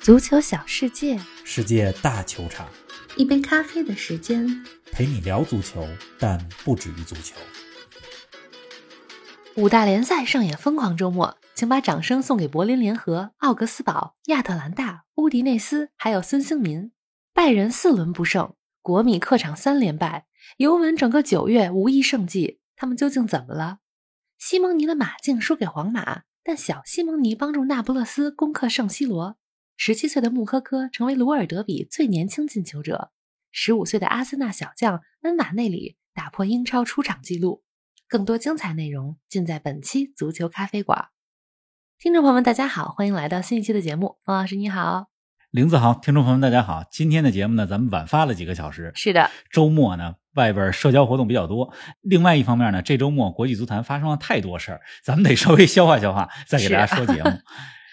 足球小世界，世界大球场一杯咖啡的时间。陪你聊足球，但不止于足球。五大联赛上演疯狂周末，请把掌声送给柏林联合、奥格斯堡、亚特兰大、乌迪内斯，还有孙兴民。拜仁四轮不胜，国米客场三连败，尤文整个九月无一胜绩，他们究竟怎么了？西蒙尼的马竞输给皇马，但小西蒙尼帮助那不勒斯攻克圣西罗。十七岁的穆科科成为鲁尔德比最年轻进球者。十五岁的阿森纳小将恩瓦内里打破英超出场纪录。更多精彩内容尽在本期足球咖啡馆。听众朋友们，大家好，欢迎来到新一期的节目。冯老师你好，林子豪，听众朋友们，大家好！今天的节目呢，咱们晚发了几个小时。是的，周末呢，外边社交活动比较多。另外一方面呢，这周末国际足坛发生了太多事儿，咱们得稍微消化消化，再给大啊家说节目。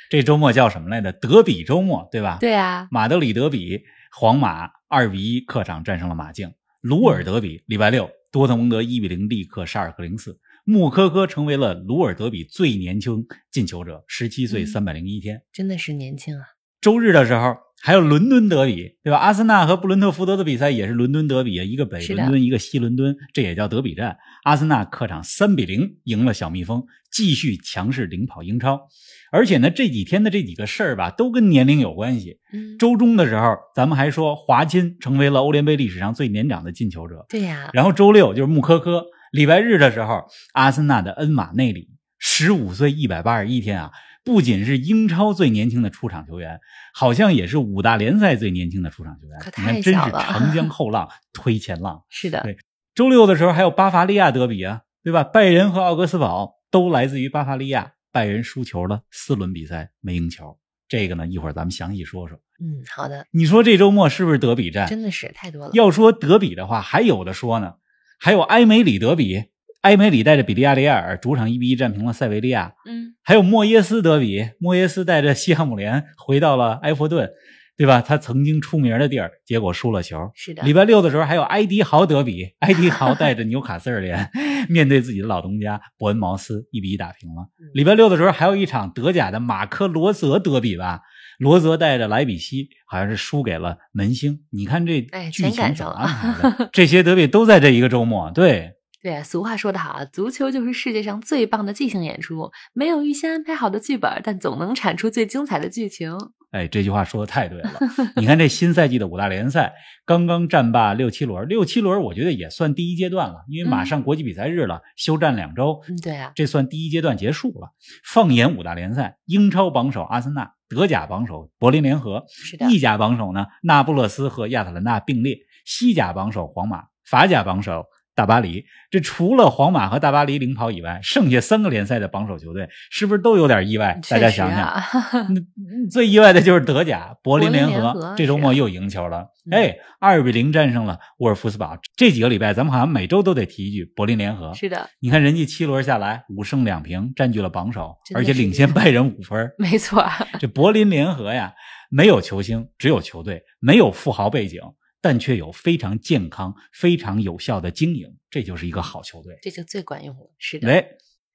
这周末叫什么来着？德比周末，对吧？对啊，马德里德比，皇马二比一客场战胜了马竞。鲁嗯尔德比礼拜六，多特蒙德一比零力克沙尔克零四。穆科科成为了鲁尔德比最年轻进球者，十七嗯岁三百零一天。真的是年轻啊。周日的时候，还有伦敦德比，对吧？阿森纳和布伦特福德的比赛也是伦敦德比啊，一个北是的伦敦，一个西伦敦，这也叫德比战。阿森纳客场三比零赢了小蜜蜂，继续强势领跑英超。而且呢，这几天的这几个事儿吧，都跟年龄有关系。嗯，周中的时候，咱们还说华金成为了欧联杯历史上最年长的进球者，对呀、然后周六就是穆科科，礼拜日的时候，阿森纳的恩瓦内里十五岁一百八十一天啊，不仅是英超最年轻的出场球员，好像也是五大联赛最年轻的出场球员。可你看，太真小是了长江后浪推前浪。是的，对周六的时候还有巴伐利亚德比啊，对吧？拜仁和奥格斯堡都来自于巴伐利亚，拜仁输球了四轮比赛没赢球。这个呢，一会儿咱们详细说说。嗯，好的，你说这周末是不是德比战？真的是太多了。哎要说德比的话，还有的说呢，还有埃梅里德比，埃梅里带着比利亚雷亚尔主场一比一战平了塞维利亚，嗯，还有莫耶斯德比，莫耶斯带着西汉姆联回到了埃弗顿，对吧？他曾经出名的地儿，结果输了球。是的，礼拜六的时候还有埃迪豪德比，埃迪豪带着纽卡斯尔联 面对自己的老东家伯恩茅斯一比一打平了。嗯礼拜六的时候还有一场德甲的马科罗泽德比吧，罗泽带着莱比锡好像是输给了门兴。你看这哎剧全情赶怎上么了安排的？ 这些德比都在这一个周末，对，对，俗话说得好啊，足球就是世界上最棒的即兴演出，没有预先安排好的剧本，但总能产出最精彩的剧情。哎，这句话说的太 对了。你看这新赛季的五大联赛刚刚战罢六七轮，六七轮我觉得也算第一阶段了，因为马上国际比赛日了，休战两周，嗯，对啊，这算第一阶段结束了。放眼五大联赛，英超榜首阿森纳，德甲榜首柏林联合，是的，意甲榜首呢那不勒斯和亚特兰大并列，西甲榜首皇马，法甲榜首。大巴黎，这除了皇马和大巴黎领跑以外，剩下三个联赛的榜首球队是不是都有点意外？大确家实想想，啊， 那嗯最意外的就是德甲，柏林联柏林联合合这周末是啊又赢球了，嗯哎，二比零战胜了沃尔夫斯堡。这几个礼拜咱们好像每周都得提一句柏林联合。是的，你看人家七轮下来五胜两平，占据了榜首，真的而且是领先拜仁五分儿。没错儿，这柏林联合呀，没有球星，只有球队；没有富豪背景，但却有非常健康、非常有效的经营，这就是一个好球队。这就最管用了。是的，哎，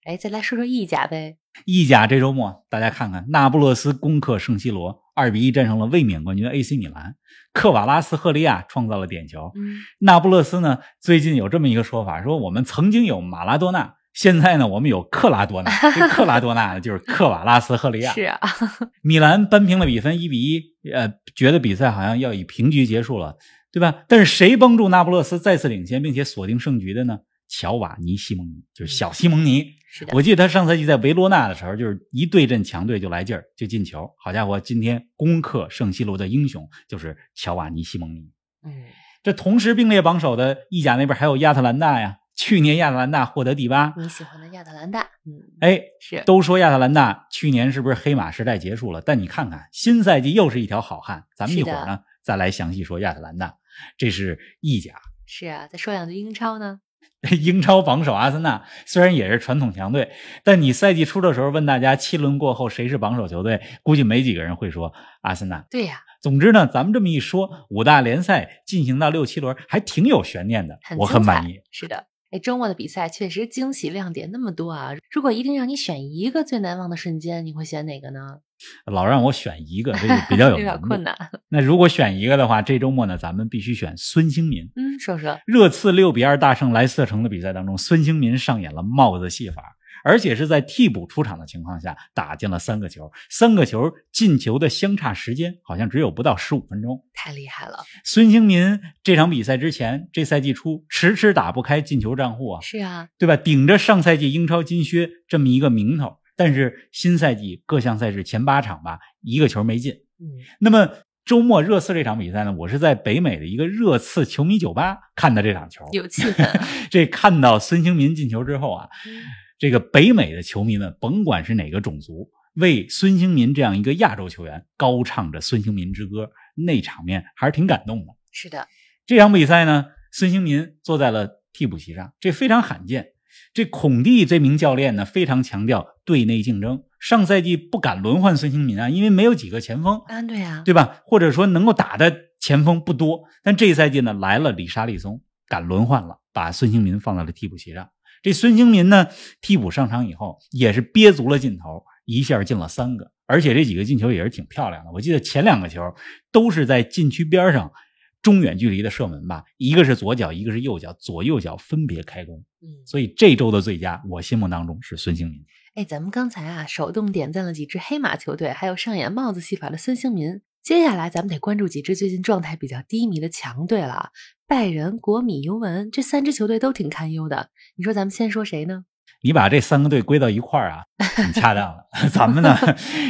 哎，再来说说意甲呗。意甲这周末，大家看看，那不勒斯攻克圣西罗，二比一战胜了卫冕冠军 AC 米兰，克瓦拉斯赫利亚创造了点球。嗯，那不勒斯呢，最近有这么一个说法，说我们曾经有马拉多纳，现在呢我们有克拉多纳，这克拉多纳呢就是克瓦拉斯赫利亚。 是啊，米兰扳平了比分一比一，呃，觉得比赛好像要以平局结束了，对吧？但是谁帮助那不勒斯再次领先并且锁定胜局的呢？乔瓦尼·西蒙尼，就是小西蒙尼。是的，我记得他上赛季在维罗纳的时候，就是一对阵强队就来劲儿，就进球。好家伙，今天攻克圣西罗的英雄就是乔瓦尼·西蒙尼。嗯，这同时并列榜首的意甲那边还有亚特兰大呀，去年亚特兰大获得第八。你喜欢的亚特兰大，嗯，哎，是，都说亚特兰大去年是不是黑马时代结束了？但你看看新赛季又是一条好汉。咱们一会儿是呢再来详细说亚特兰大，这是意甲。 是啊。再说两句英超呢，英超榜首阿森纳虽然也是传统强队，但你赛季初的时候问大家七轮过后谁是榜首球队，估计没几个人会说阿森纳。对呀、总之呢，咱们这么一说，五大联赛进行到六七轮，还挺有悬念的，很我很精彩满意。是的。哎，周末的比赛确实惊喜亮点那么多啊！如果一定让你选一个最难忘的瞬间，你会选哪个呢？老让我选一个，这个比较有 有点难度困难。那如果选一个的话，这周末呢，咱们必须选孙兴民。嗯，说说，热刺六比二大胜莱斯特城的比赛当中，孙兴民上演了帽子戏法，而且是在替补出场的情况下打进了三个球，三个球进球的相差时间好像只有不到十五分钟。太厉害了。孙兴民这场比赛之前，这赛季初迟迟打不开进球账户啊，是啊，对吧？顶着上赛季英超金靴这么一个名头，但是新赛季各项赛事前八场吧，一个球没进。嗯，那么周末热刺这场比赛呢，我是在北美的一个热刺球迷酒吧看的这场球。有气氛啊。这看到孙兴民进球之后啊，嗯这个北美的球迷们，甭管是哪个种族，为孙兴民这样一个亚洲球员高唱着《孙兴民之歌》，那场面还是挺感动的。是的，这场比赛呢，孙兴民坐在了替补席上，这非常罕见。这孔蒂这名教练呢，非常强调队内竞争。上赛季不敢轮换孙兴民啊，因为没有几个前锋，啊，对啊，对吧？或者说能够打的前锋不多。但这一赛季呢，来了里沙利松，敢轮换了，把孙兴民放到了替补席上。这孙兴民呢，替补上场以后也是憋足了劲头，一下进了三个，而且这几个进球也是挺漂亮的。我记得前两个球都是在禁区边上中远距离的射门吧，一个是左脚，一个是右脚，左右脚分别开弓。嗯，所以这周的最佳，我心目当中是孙兴民。哎，咱们刚才啊，手动点赞了几支黑马球队，还有上演帽子戏法的孙兴民。接下来咱们得关注几支最近状态比较低迷的强队了啊，拜仁、国米、尤文这三支球队都挺堪忧的。你说咱们先说谁呢？你把这三个队归到一块儿啊，挺恰当的。 咱们呢，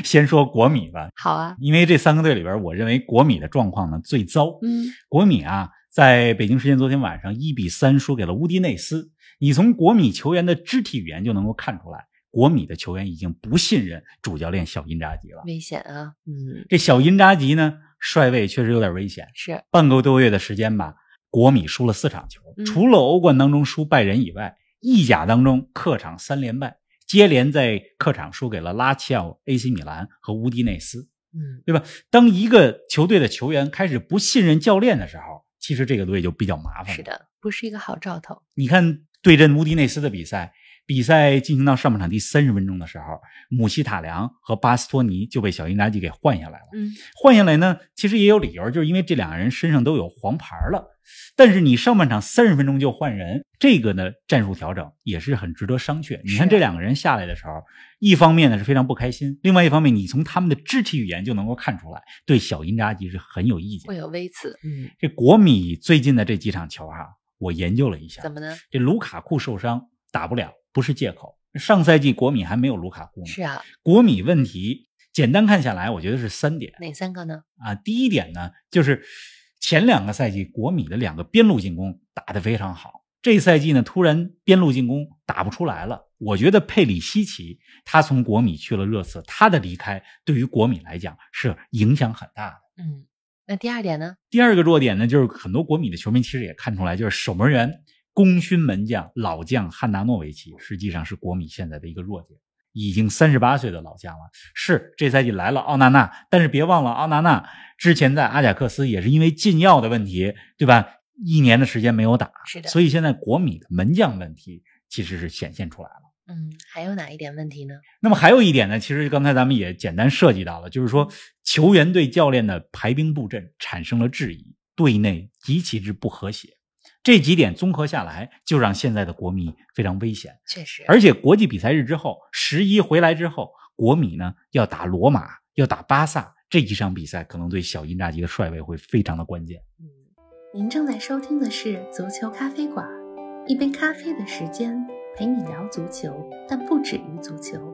先说国米吧，好啊，因为这三个队里边，我认为国米的状况呢最糟。嗯，国米啊，在北京时间昨天晚上一比三输给了乌迪内斯。你从国米球员的肢体语言就能够看出来，国米的球员已经不信任主教练小因扎吉了。危险啊，嗯，这小因扎吉呢，帅位确实有点危险。是半个多月的时间吧，国米输了四场球，嗯除了欧冠当中输拜仁以外，意甲当中客场三连败，接连在客场输给了拉齐奥、AC 米兰和乌迪内斯。嗯，对吧？当一个球队的球员开始不信任教练的时候，其实这个队就比较麻烦。是，的，不是一个好兆头。你看对阵乌迪内斯的比赛，比赛进行到上半场第三十分钟的时候，姆希塔良和巴斯托尼就被小因扎吉给换下来了。嗯，换下来呢，其实也有理由，就是因为这两个人身上都有黄牌了。但是你上半场三十分钟就换人，这个呢战术调整也是很值得商榷。你看是啊这两个人下来的时候，一方面呢是非常不开心，另外一方面你从他们的肢体语言就能够看出来，对小因扎吉是很有意见会。有微词。嗯，这国米最近的这几场球哈、我研究了一下怎，么呢？这卢卡库受伤打不了不是借口。上赛季国米还没有卢卡库呢，是啊，国米问题简单看下来，我觉得是三点。哪三个呢？啊，第一点呢，就是前两个赛季国米的两个边路进攻打得非常好，这赛季呢突然边路进攻打不出来了。我觉得佩里西奇他从国米去了热刺，他的离开对于国米来讲是影响很大的。嗯，那第二点呢？第二个弱点呢，就是很多国米的球迷其实也看出来，就是守门员功勋门将老将汉达诺维奇，实际上是国米现在的一个弱点。已经三十八岁的老将了，是这赛季来了奥纳纳，但是别忘了奥纳纳之前在阿贾克斯也是因为禁药的问题，对吧？一年的时间没有打，是的所以现在国米的门将问题其实是显现出来了。嗯，还有哪一点问题呢？那么还有一点呢，其实刚才咱们也简单涉及到了，就是说球员对教练的排兵布阵产生了质疑，队内极其之不和谐。这几点综合下来，就让现在的国米非常危险。确实，而且国际比赛日之后，十一回来之后，国米呢要打罗马，要打巴萨，这一场比赛可能对小因扎吉的帅位会非常的关键。嗯。您正在收听的是《足球咖啡馆》，一杯咖啡的时间陪你聊足球，但不止于足球。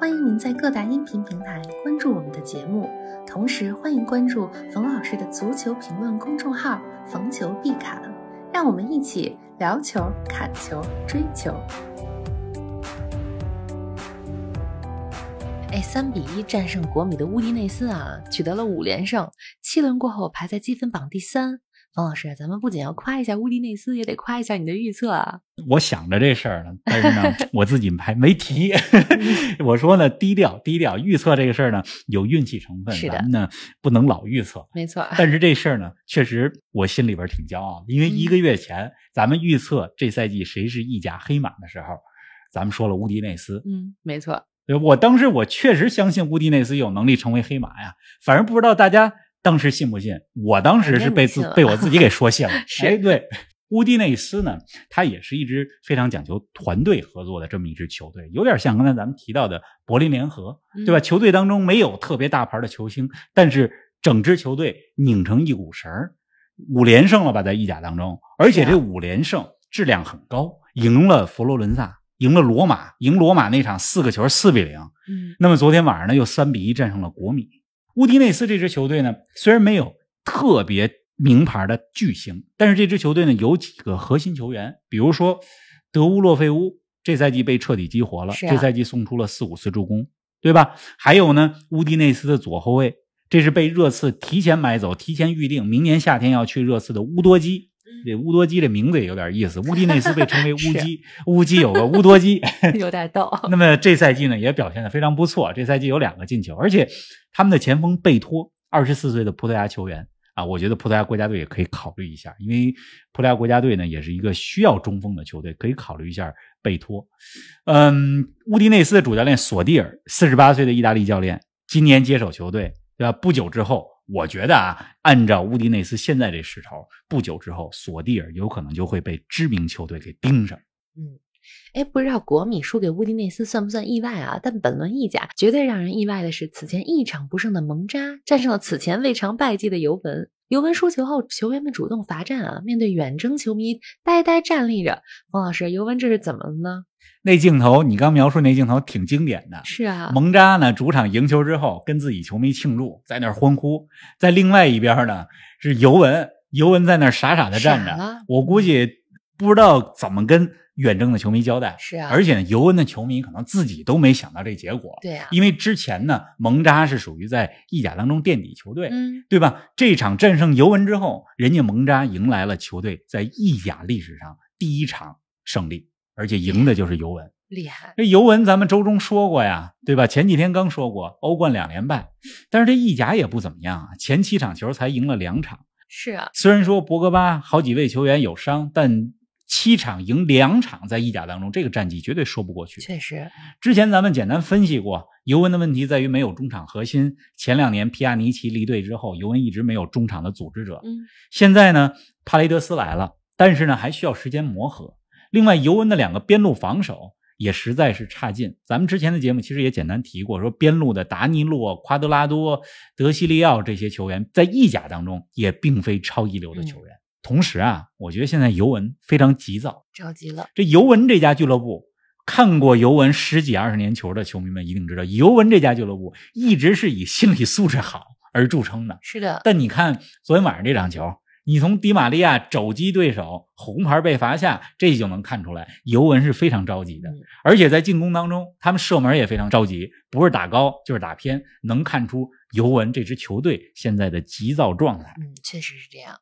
欢迎您在各大音频平台关注我们的节目，同时欢迎关注冯老师的足球评论公众号“冯球必侃”，让我们一起聊球、砍球、追球。哎，三比一战胜国米的乌迪内斯啊，取得了五连胜，七轮过后排在积分榜第三。冯老哦师，咱们不仅要夸一下乌迪内斯，也得夸一下你的预测啊。我想着这事儿呢，但是 呢，我自己还没提。我说呢，低调低调，预测这个事儿呢有运气成分，是的啊咱们呢不能老预测。没错，但是这事儿呢，确实我心里边挺骄傲的，因为一嗯个月前、咱们预测这赛季谁是意甲黑马的时候，咱们说了乌迪内斯，嗯，没错，对吧我当时我确实相信乌迪内斯有能力成为黑马呀，反正不知道大家当时信不信。我当时是肯定不被信自了被我自己给 说信了。是哎，对，乌迪内斯呢，他也是一支非常讲究团队合作的这么一支球队，有点像刚才咱们提到的柏林联合，嗯对吧？球队当中没有特别大牌的球星，但是整支球队拧成一股绳儿，五连胜了吧，在意甲当中，而且是啊这五连胜质量很高，赢了佛罗伦萨，赢了罗马，赢罗马那场四个球四比零。嗯那么昨天晚上呢，又三比一战胜了国米。乌迪内斯这支球队呢，虽然没有特别名牌的巨星，但是这支球队呢有几个核心球员，比如说德乌洛费乌，这赛季被彻底激活了，是啊这赛季送出了四五次助攻，对吧？还有呢，乌迪内斯的左后卫，这是被热刺提前买走、提前预定，明年夏天要去热刺的乌多基。这乌多基这名字也有点意思，乌迪内斯被称为乌 是啊基，乌基有个乌多基。嗯有点逗，那么这赛季呢，也表现得非常不错。这赛季有两个进球，而且他们的前锋贝托，二十四岁的葡萄牙球员啊，我觉得葡萄牙国家队也可以考虑一下，因为葡萄牙国家队呢也是一个需要中锋的球队，可以考虑一下贝托。嗯，乌迪内斯的主教练索蒂尔，四十八岁的意大利教练，今年接手球队，对吧？不久之后，我觉得啊，按照乌迪内斯现在这势头，不久之后，索蒂尔有可能就会被知名球队给盯上。 哎，不知道国米输给乌迪内斯算不算意外啊？但本轮意甲绝对让人意外的是，此前一场不胜的蒙扎战胜了此前未尝败绩的尤文。尤文输球后，球员们主动罚站啊，面对远征球迷呆呆站立着。冯老师，尤文这是怎么了呢？那镜头，你刚描述那镜头挺经典的。是啊，蒙扎呢，主场赢球之后，跟自己球迷庆祝，在那儿欢呼；在另外一边呢，是尤文，尤文在那儿傻傻的站傻着了。我估计不知道怎么跟远征的球迷交代。是啊，而且呢，尤文的球迷可能自己都没想到这结果，对啊，因为之前呢，蒙扎是属于在意甲当中垫底球队，嗯，对吧？这场战胜尤文之后，人家蒙扎迎来了球队在意甲历史上第一场胜利，而且赢的就是尤文。厉害，这尤文咱们周中说过呀，对吧？前几天刚说过，欧冠两连败，但是这意甲也不怎么样啊，前七场球才赢了两场。是啊，虽然说博格巴好几位球员有伤，但七场赢两场，在意甲当中这个战绩绝对说不过去。确实，之前咱们简单分析过，尤文的问题在于没有中场核心。前两年皮亚尼奇离队之后，尤文一直没有中场的组织者。嗯，现在呢，帕雷德斯来了，但是呢还需要时间磨合。另外，尤文的两个边路防守也实在是差劲。咱们之前的节目其实也简单提过，说边路的达尼洛、夸德拉多、德西利奥这些球员在意甲当中也并非超一流的球员。同时啊，我觉得现在尤文非常急躁，着急了，这尤文这家俱乐部，看过尤文十几二十年球的球迷们一定知道，尤文这家俱乐部一直是以心理素质好而著称的。是的，但你看昨天晚上这场球，你从迪玛利亚肘击对手，红牌被罚下，这就能看出来尤文是非常着急的嗯，而且在进攻当中，他们射门也非常着急，不是打高就是打偏，能看出尤文这支球队现在的急躁状态。嗯，确实是这样。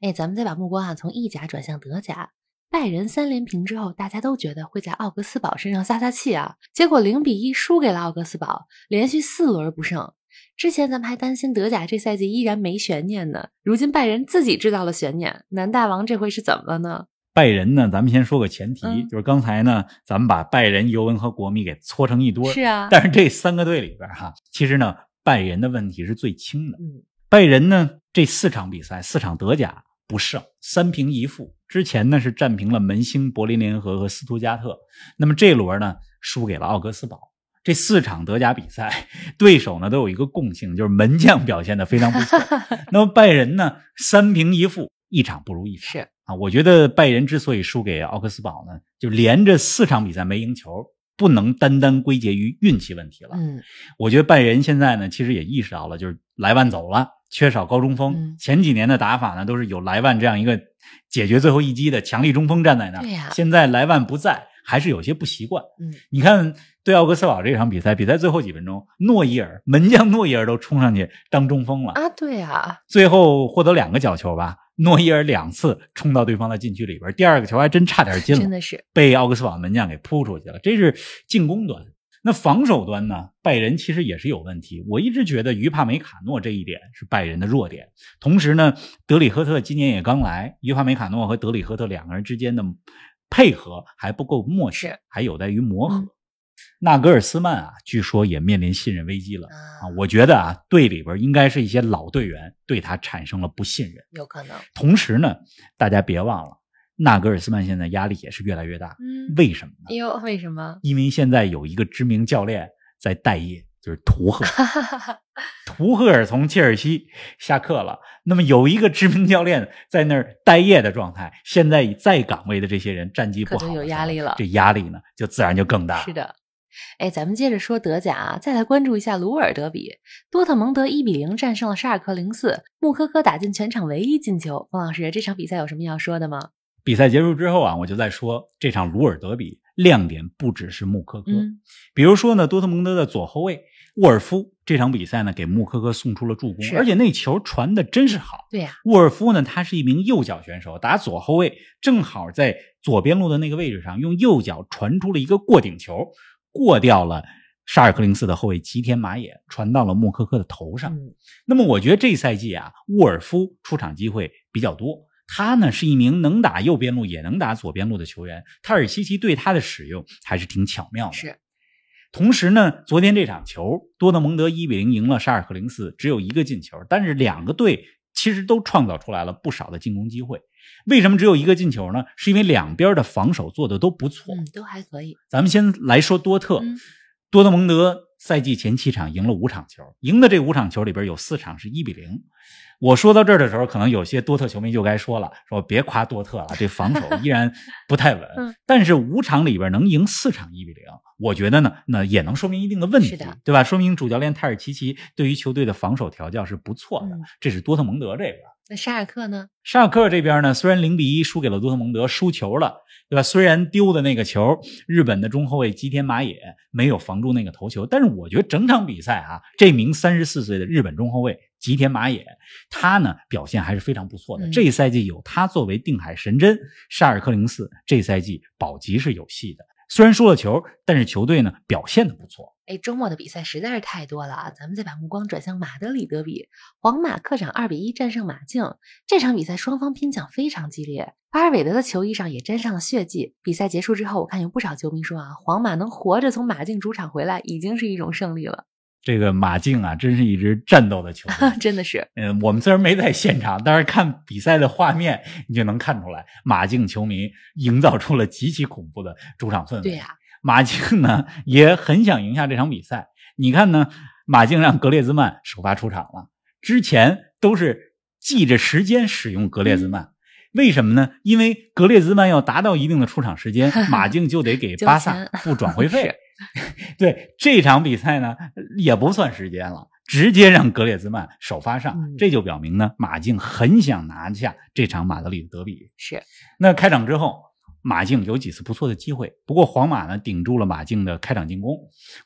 哎，咱们再把目光啊从意甲转向德甲，拜仁三连平之后，大家都觉得会在奥格斯堡身上撒撒气啊，结果零比一输给了奥格斯堡，连续四轮不胜。之前咱们还担心德甲这赛季依然没悬念呢，如今拜仁自己制造了悬念，南大王这回是怎么了呢？拜仁呢，咱们先说个前提，嗯就是刚才呢，咱们把拜仁、尤文和国米给搓成一堆儿，是啊，但是这三个队里边儿哈、其实呢，拜仁的问题是最轻的。嗯，拜仁呢，这四场比赛，四场德甲不胜，三平一负。之前呢是战平了门兴、柏林联合和斯图加特，那么这轮呢输给了奥格斯堡。这四场德甲比赛，对手呢都有一个共性，就是门将表现的非常 不错。那么拜仁呢，三平一负，一场不如一场。是啊，我觉得拜仁之所以输给奥克斯堡呢，就连着四场比赛没赢球，不能单单归结于运气问题了。嗯，我觉得拜仁现在呢，其实也意识到了，就是莱万走了，缺少高中锋。嗯前几年的打法呢，都是有莱万这样一个解决最后一击的强力中锋站在那儿。对呀现在莱万不在，还是有些不习惯。嗯，你看对奥克斯堡这场比赛，比赛最后几分钟，诺伊尔门将诺伊尔都冲上去当中锋了。啊，对啊，最后获得两个角球吧。诺伊尔两次冲到对方的禁区里边，第二个球还真差点进真了，的是被奥格斯堡门将给扑出去了。这是进攻端。那防守端呢？拜仁其实也是有问题。我一直觉得于帕梅卡诺这一点是拜仁的弱点。同时呢，德里赫特今年也刚来，于帕梅卡诺和德里赫特两个人之间的配合还不够默契是，还有待于磨合。嗯纳格尔斯曼啊，据说也面临信任危机了啊。我觉得啊，队里边应该是一些老队员对他产生了不信任。有可能，同时呢，大家别忘了，纳格尔斯曼现在压力也是越来越大。嗯，为什么呢？哎呦，为什么？因为现在有一个知名教练在待业，就是 图赫尔。图赫尔从切尔西下课了，那么有一个知名教练在那儿待业的状态，现在以在岗位的这些人战绩不好可的时就候，有压力了这压力呢就自然就更大。是的。哎，咱们接着说德甲啊，再来关注一下鲁尔德比。多特蒙德一比零战胜了沙尔克零四，穆科科打进全场唯一进球。冯老师，这场比赛有什么要说的吗？比赛结束之后啊，我就在说这场鲁尔德比亮点不只是穆科科，嗯，比如说呢，多特蒙德的左后卫沃尔夫这场比赛呢给穆科科送出了助攻，是而且那球传的真是好。对呀、沃尔夫呢，他是一名右脚选手，打左后卫，正好在左边路的那个位置上，用右脚传出了一个过顶球，过掉了沙尔克零四的后卫吉田麻也，传到了穆科科的头上。嗯，那么我觉得这赛季啊，沃尔夫出场机会比较多。他呢是一名能打右边路也能打左边路的球员，塔尔西奇对他的使用还是挺巧妙的。是同时呢，昨天这场球，多特蒙德一比零赢了沙尔克零四，只有一个进球，但是两个队其实都创造出来了不少的进攻机会。为什么只有一个进球呢？是因为两边的防守做的都不错。嗯，都还可以。咱们先来说多特，嗯。多特蒙德赛季前七场赢了五场球，赢的这五场球里边有四场是一比零。我说到这儿的时候，可能有些多特球迷就该说了，说别夸多特了，这防守依然不太稳嗯但是五场里边能赢四场一比零，我觉得呢，那也能说明一定的问是题的，对吧？说明主教练泰尔奇奇对于球队的防守调教是不错的，嗯这是多特蒙德这边。那沙尔克呢？沙尔克这边呢，虽然零比一输给了多特蒙德，输球了，对吧？虽然丢的那个球，日本的中后卫吉田麻也没有防住那个头球，但是我觉得整场比赛啊，这名三十四岁的日本中后卫吉田麻也，他呢表现还是非常不错的。嗯这一赛季有他作为定海神针，沙尔克零四这赛季保级是有戏的。虽然输了球，但是球队呢表现的不错。哎，周末的比赛实在是太多了啊！咱们再把目光转向马德里德比，皇马客场二比一战胜马竞。这场比赛双方拼抢非常激烈，巴尔韦德的球衣上也沾上了血迹。比赛结束之后，我看有不少球迷说啊，皇马能活着从马竞主场回来，已经是一种胜利了， 这个马竞啊，真是一支战斗的球队，真的是。嗯，我们虽然没在现场，但是看比赛的画面，你就能看出来，马竞球迷营造出了极其恐怖的主场氛围。对啊呀、马竞呢也很想赢下这场比赛。你看呢，马竞让格列兹曼首发出场了，之前都是记着时间使用格列兹嗯曼。为什么呢？因为格列兹曼要达到一定的出场 时间，马竞就得给交巴萨钱付转会 费。 对这场比赛呢，也不算时间了，直接让格列兹曼首发上，嗯这就表明呢，马竞很想拿下这场马德里的德比。是那开场之后，马竞有几次不错的机会，不过皇马呢顶住了马竞的开场进攻。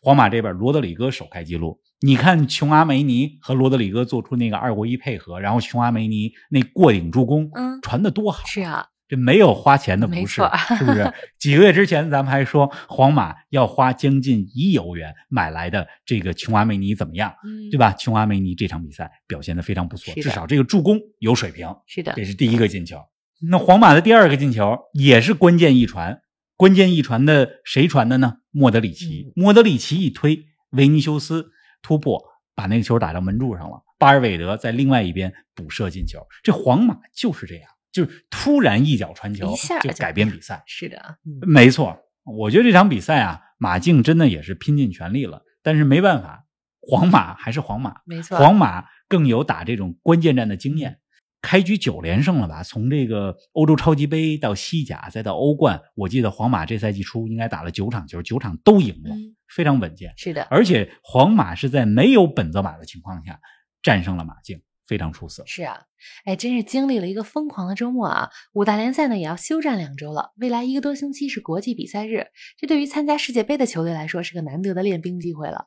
皇马这边罗德里戈首开纪录，你看琼阿梅尼和罗德里戈做出那个二过一配合，然后琼阿梅尼那过顶助攻，嗯传的多好，是啊，这没有花钱的不没是错，是 不是？几个月之前咱们还说皇马要花将近一欧元买来的这个琼阿梅尼怎么样，嗯，对？吧？琼阿梅尼这场比赛表现的非常不错，是的至少这个助攻有水平。是的，这是第一个进球。那皇马的第二个进球也是关键一传，关键一传的谁传的呢？莫德里奇嗯，莫德里奇一推，维尼修斯突破，把那个球打到门柱上了。巴尔韦德在另外一边补射进球。这皇马就是这样，就是突然一脚传球一下就就改变比赛。是的，嗯，没错，我觉得这场比赛啊，马竞真的也是拼尽全力了，但是没办法，皇马还是皇马，没错。皇马更有打这种关键战的经验，开局九连胜了吧？从这个欧洲超级杯到西甲，再到欧冠，我记得皇马这赛季初应该打了九场球，九场都赢了，嗯，非常稳健。是的，而且皇马是在没有本泽马的情况下战胜了马竞，非常出色。是啊，哎，真是经历了一个疯狂的周末啊！五大联赛呢也要休战两周了，未来一个多星期是国际比赛日，这对于参加世界杯的球队来说是个难得的练兵机会了。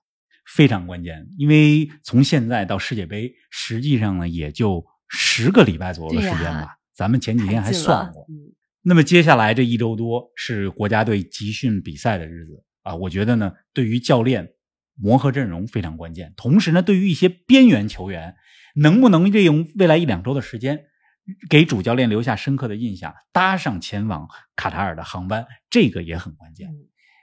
非常关键，因为从现在到世界杯，实际上呢也就十个礼拜左右的时间对吧。呀咱们前几天太还近算了过，，嗯，那么接下来这一周多是国家队集训比赛的日子啊，我觉得呢，对于教练磨合阵容非常关键。同时呢，对于一些边缘球员，能不能利用未来一两周的时间，给主教练留下深刻的印象，搭上前往卡塔尔的航班，这个也很关键嗯。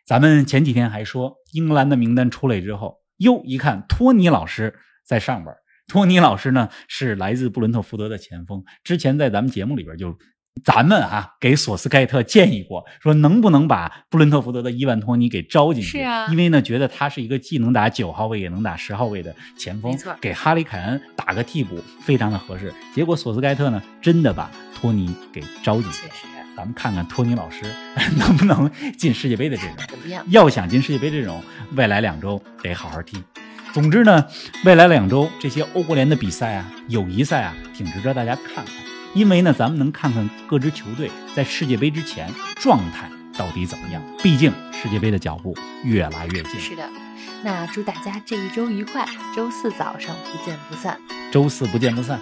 咱们前几天还说，英格兰的名单出来之后，哟，一看托尼老师在上边儿。托尼老师呢是来自布伦特福德的前锋，之前在咱们节目里边就。咱们啊，给索斯盖特建议过，说能不能把布伦特福德的伊万托尼给招进去？是啊因为呢，觉得他是一个既能打九号位也能打十号位的前锋没错，给哈里凯恩打个替补非常的合适。结果索斯盖特呢，真的把托尼给招进确去了。实咱们看看托尼老师 能不能进世界杯的阵容。怎么样？要想进世界杯阵容，未来两周得好好踢。总之呢，未来两周这些欧国联的比赛啊、友谊赛啊，挺值得大家看看，因为呢，咱们能看看各支球队在世界杯之前状态到底怎么样。毕竟世界杯的脚步越来越近，是的，那祝大家这一周愉快，周四早上不见不散。周四不见不散，